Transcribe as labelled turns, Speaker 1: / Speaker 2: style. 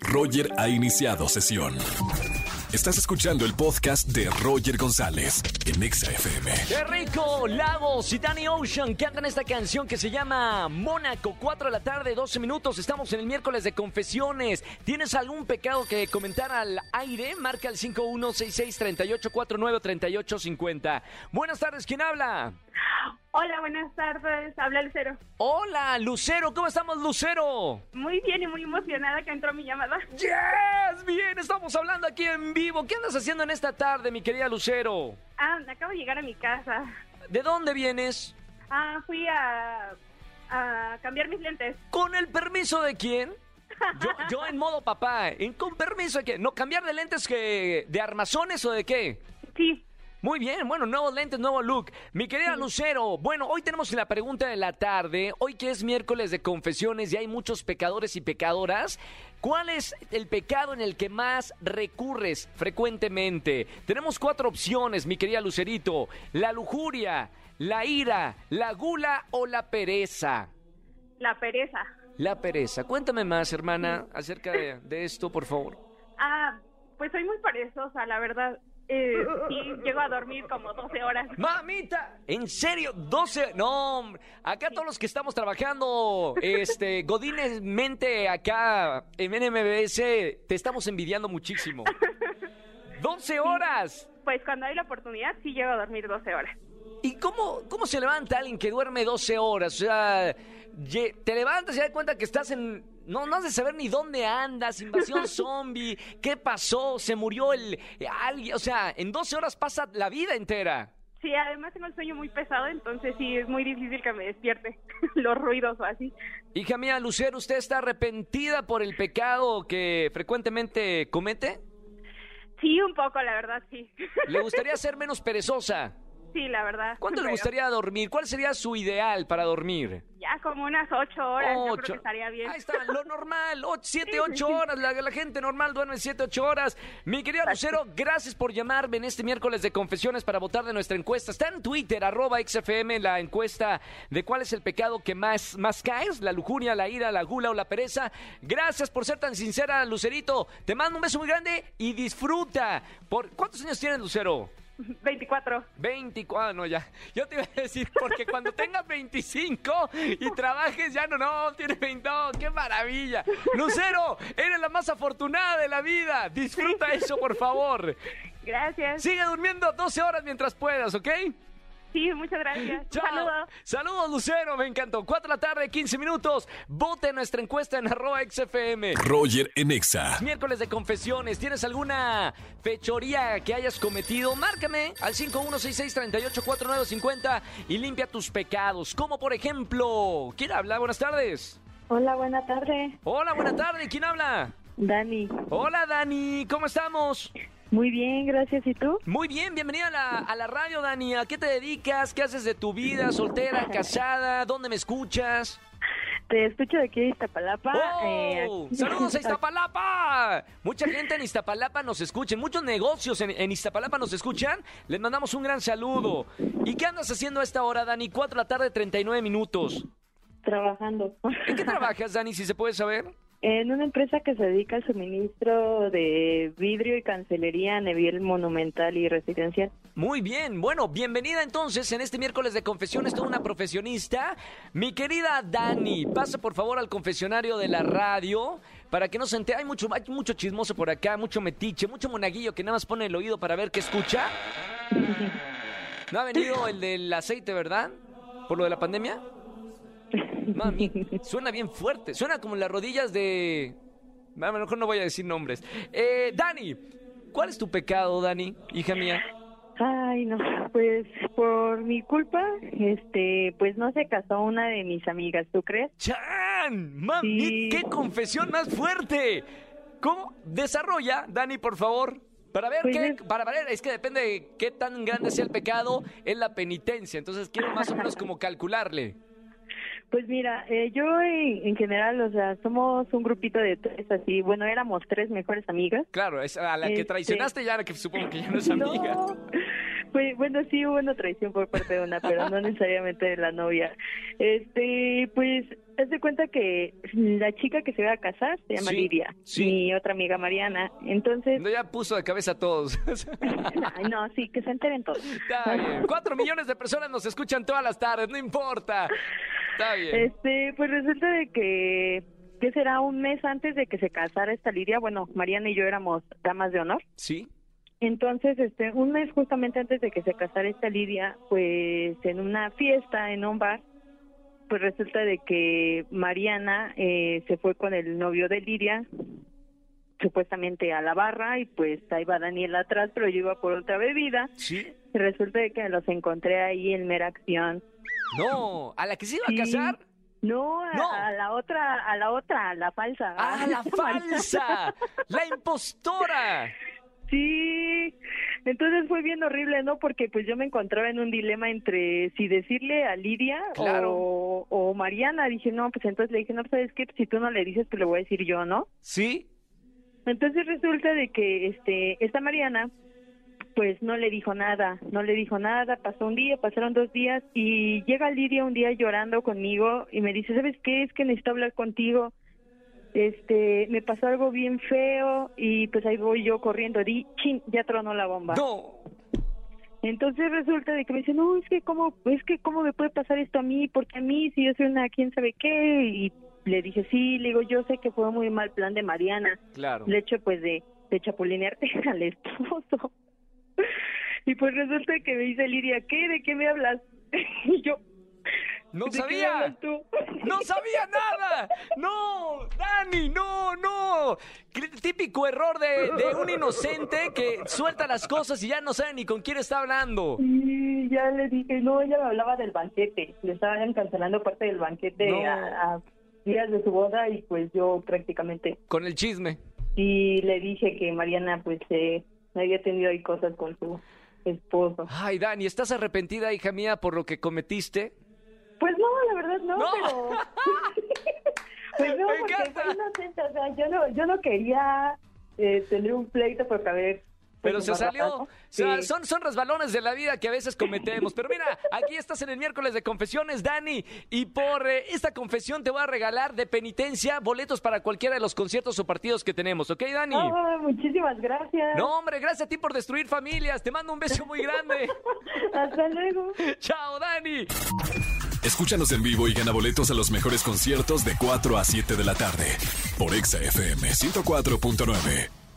Speaker 1: Roger ha iniciado sesión. Estás escuchando el podcast de Roger González en Exa FM.
Speaker 2: ¡Qué rico! Lagos y Danny Ocean cantan esta canción que se llama Mónaco. 4 de la tarde, 12 minutos. Estamos en el miércoles de confesiones. ¿Tienes algún pecado que comentar al aire? Marca al 5166-3849-3850. Buenas tardes, ¿quién habla?
Speaker 3: Hola, buenas tardes. Habla Lucero.
Speaker 2: Hola, Lucero. ¿Cómo estamos, Lucero?
Speaker 3: Muy bien y muy emocionada que entró mi llamada.
Speaker 2: ¡Yes! Bien, estamos hablando aquí en vivo. ¿Qué andas haciendo en esta tarde, mi querida Lucero?
Speaker 3: Ah, acabo de llegar a mi casa.
Speaker 2: ¿De dónde vienes?
Speaker 3: Ah, fui a, a cambiar mis lentes.
Speaker 2: ¿Con el permiso de quién? Yo, yo en modo papá, ¿en con permiso de qué? ¿No cambiar de lentes que de armazones o de qué?
Speaker 3: Sí.
Speaker 2: Muy bien, bueno, nuevos lentes, nuevo look. Mi querida Lucero, bueno, hoy tenemos la pregunta de la tarde, hoy que es miércoles de confesiones y hay muchos pecadores y pecadoras, ¿cuál es el pecado en el que más recurres frecuentemente? Tenemos cuatro opciones, mi querida Lucerito, la lujuria, la ira, la gula o la pereza.
Speaker 3: La pereza.
Speaker 2: La pereza, cuéntame más, hermana, acerca de, de esto, por favor.
Speaker 3: Ah, pues soy muy perezosa, la verdad. Eh, sí, llego a dormir como 12 horas.
Speaker 2: Mamita, en serio, 12, no, hombre. acá todos los que estamos trabajando, este, Godínez Mente acá en NMBS, te estamos envidiando muchísimo. 12 horas.
Speaker 3: Pues cuando hay la oportunidad, sí llego a dormir 12 horas.
Speaker 2: ¿Y cómo, cómo se levanta alguien que duerme 12 horas? O sea, ye- te levantas y das cuenta que estás en... No, no has de saber ni dónde andas, invasión zombie, qué pasó, se murió el... alguien, o sea, en 12 horas pasa la vida entera.
Speaker 3: Sí, además tengo el sueño muy pesado, entonces sí, es muy difícil que me despierte los ruidos o así.
Speaker 2: Hija mía, Lucero, ¿usted está arrepentida por el pecado que frecuentemente comete?
Speaker 3: Sí, un poco, la verdad, sí.
Speaker 2: ¿Le gustaría ser menos perezosa?
Speaker 3: Sí, la verdad.
Speaker 2: ¿Cuánto le
Speaker 3: Pero
Speaker 2: gustaría dormir? ¿Cuál sería su ideal para dormir?
Speaker 3: Ya como unas 8 horas, yo creo
Speaker 2: Ocho.
Speaker 3: que estaría bien.
Speaker 2: Ahí está, lo normal,
Speaker 3: Sí,
Speaker 2: 7,
Speaker 3: sí,
Speaker 2: 8
Speaker 3: sí.
Speaker 2: horas. La, la gente normal duerme 7, 8 horas. Mi querida Lucero, gracias por llamarme en este miércoles de confesiones para votar de nuestra encuesta. Está en Twitter, arroba XFM, la encuesta de cuál es el pecado que más, más caes, la lujuria, la ira, la gula o la pereza. Gracias por ser tan sincera, Lucerito. Te mando un beso muy grande y disfruta. Por, ¿Cuántos años tienes, Lucero?
Speaker 3: 24.
Speaker 2: 24, ah, no, ya. Yo te iba a decir, porque cuando tengas 25 y trabajes, ya no, no, tienes 22. ¡Qué maravilla! Lucero, eres la más afortunada de la vida. Disfruta eso, por favor.
Speaker 3: Gracias.
Speaker 2: Sigue durmiendo 12 horas mientras puedas, ¿ok?
Speaker 3: Sí, muchas gracias. Un saludo.
Speaker 2: Saludos, Lucero, me encantó. 4 de la tarde, 15 minutos. Vote en nuestra encuesta en arroba XFM.
Speaker 1: Roger en Exa.
Speaker 2: Miércoles de confesiones, ¿tienes alguna fechoría que hayas cometido? Márcame al 5166-384950 y limpia tus pecados. Como por ejemplo, ¿quién habla? Buenas tardes.
Speaker 4: Hola, buena tarde,
Speaker 2: Hola, buena tarde, ¿quién habla?
Speaker 4: Dani.
Speaker 2: Hola Dani, ¿cómo estamos?
Speaker 4: Muy bien, gracias. ¿Y tú?
Speaker 2: Muy bien, bienvenida a la, a la radio Dani. ¿A qué te dedicas? ¿Qué haces de tu vida? ¿Soltera? ¿Casada? ¿Dónde me escuchas?
Speaker 4: Te escucho de aquí de Iztapalapa. eh,
Speaker 2: ¡Oh!
Speaker 4: aquí-
Speaker 2: ¡Saludos a Iztapalapa! Mucha gente en Iztapalapa nos escuchan, muchos negocios en, en Iztapalapa nos escuchan. Les mandamos un gran saludo. ¿Y qué andas haciendo a esta hora, Dani? 4 de la tarde, 39 minutos.
Speaker 4: Trabajando.
Speaker 2: ¿En qué trabajas, Dani, si se puede saber?
Speaker 4: En una empresa que se dedica al suministro de vidrio y cancelería a nivel monumental y residencial.
Speaker 2: Muy bien, bueno, bienvenida entonces en este miércoles de Confesiones, toda una profesionista. Mi querida Dani, pasa por favor al confesionario de la radio para que no se entere. Hay mucho, hay mucho chismoso por acá, mucho metiche, mucho monaguillo que nada más pone el oído para ver qué escucha. No ha venido el del aceite, ¿verdad? Por lo de la pandemia. Mami, suena bien fuerte. Suena como las rodillas de. A lo mejor no voy a decir nombres. Eh, Dani, ¿cuál es tu pecado, Dani, hija mía?
Speaker 4: Ay, no, pues por mi culpa, este, pues no se casó una de mis amigas, ¿tú crees?
Speaker 2: ¡Chan! ¡Mami!
Speaker 4: Sí.
Speaker 2: ¡Qué confesión más fuerte! ¿Cómo? Desarrolla, Dani, por favor. Para ver
Speaker 4: Pues
Speaker 2: qué.
Speaker 4: es-
Speaker 2: Para ver, es que depende de qué tan grande sea el pecado, es la penitencia. Entonces quiero más o menos como calcularle.
Speaker 4: Pues mira, eh, yo en, en general, o sea, somos un grupito de tres así, bueno, éramos tres mejores amigas.
Speaker 2: Claro, es a la que
Speaker 4: Este-
Speaker 2: traicionaste ya, la que supongo que ya no es amiga.
Speaker 4: No, Pues, bueno, sí hubo una traición por parte de una, pero no necesariamente de la novia. Este, pues, haz de cuenta que la chica que se va a casar se llama
Speaker 2: Sí,
Speaker 4: Lidia,
Speaker 2: sí.
Speaker 4: mi otra amiga Mariana. Entonces,
Speaker 2: No, ya puso de cabeza a todos.
Speaker 4: ay, no, sí, que se enteren todos.
Speaker 2: Está bien. Cuatro millones de personas nos escuchan todas las tardes, no importa. Está bien.
Speaker 4: Este, pues resulta de que, que será un mes antes de que se casara esta Lidia. Bueno, Mariana y yo éramos damas de honor.
Speaker 2: ¿Sí?
Speaker 4: Entonces, este, un mes justamente antes de que se casara esta Lidia, pues en una fiesta, en un bar, pues resulta de que Mariana eh, se fue con el novio de Lidia, supuestamente a la barra, y pues ahí va Daniel atrás, pero yo iba por otra bebida.
Speaker 2: ¿Sí?
Speaker 4: Resulta de que los encontré ahí en mera acción.
Speaker 2: No, a la que se iba a
Speaker 4: Sí.
Speaker 2: casar.
Speaker 4: No, a,
Speaker 2: No.
Speaker 4: a la otra, a la otra, a la falsa.
Speaker 2: ¡Ah, la falsa! ¡La impostora!
Speaker 4: Sí, entonces fue bien horrible, ¿no? Porque pues yo me encontraba en un dilema entre si decirle a Lidia
Speaker 2: Claro.
Speaker 4: o, o Mariana. Dije, no, pues entonces le dije, no, ¿sabes qué? Pues, si tú no le dices, pues le voy a decir yo, ¿no?
Speaker 2: ¿Sí?
Speaker 4: Entonces resulta de que este esta Mariana pues no le dijo nada, no le dijo nada, pasó un día, pasaron dos días y llega Lidia un día llorando conmigo y me dice, "¿Sabes qué? Es que necesito hablar contigo. Este, me pasó algo bien feo y pues ahí voy yo corriendo, di, chin, ya tronó la bomba."
Speaker 2: No.
Speaker 4: Entonces resulta de que me dice, no, es que cómo, es que cómo me puede pasar esto a mí, porque a mí si yo soy una quién sabe qué, y le dije, sí, le digo, yo sé que fue muy mal plan de Mariana,
Speaker 2: Claro.
Speaker 4: el hecho pues de, de chapulinearte al esposo. Y pues resulta que me dice Lidia, ¿qué? ¿De qué me hablas? Y yo,
Speaker 2: ¡No
Speaker 4: "¿De qué me
Speaker 2: sabía!
Speaker 4: hablas tú?".
Speaker 2: ¡No sabía nada! ¡No! ¡Dani, no, no! Cl- Típico error de, de un inocente que suelta las cosas y ya no sabe ni con quién está hablando.
Speaker 4: Y ya le dije, no, ella me hablaba del banquete, le estaban cancelando parte del banquete
Speaker 2: No.
Speaker 4: a, a días de su boda y pues yo prácticamente
Speaker 2: Con el chisme.
Speaker 4: y le dije que Mariana pues eh, había tenido ahí cosas con su esposo.
Speaker 2: Ay, Dani, ¿estás arrepentida, hija mía, por lo que cometiste?
Speaker 4: Pues no, la verdad no,
Speaker 2: ¡No!
Speaker 4: pero... pues no,
Speaker 2: Me
Speaker 4: porque
Speaker 2: encanta.
Speaker 4: fue inocente, o sea, yo no, yo no quería eh, tener un pleito porque a ver...
Speaker 2: Pero
Speaker 4: pues,
Speaker 2: se
Speaker 4: un
Speaker 2: salió.
Speaker 4: barrazo.
Speaker 2: O sea,
Speaker 4: Sí.
Speaker 2: son, son resbalones de la vida que a veces cometemos. Pero mira, aquí estás en el miércoles de confesiones, Dani. Y por eh, esta confesión te voy a regalar de penitencia boletos para cualquiera de los conciertos o partidos que tenemos. ¿Ok, Dani?
Speaker 4: Ah, muchísimas gracias.
Speaker 2: No, hombre, gracias a ti por destruir familias. Te mando un beso muy grande.
Speaker 4: Hasta luego.
Speaker 2: Chao, Dani.
Speaker 1: Escúchanos en vivo y gana boletos a los mejores conciertos de 4 a 7 de la tarde por Exa FM 104.9.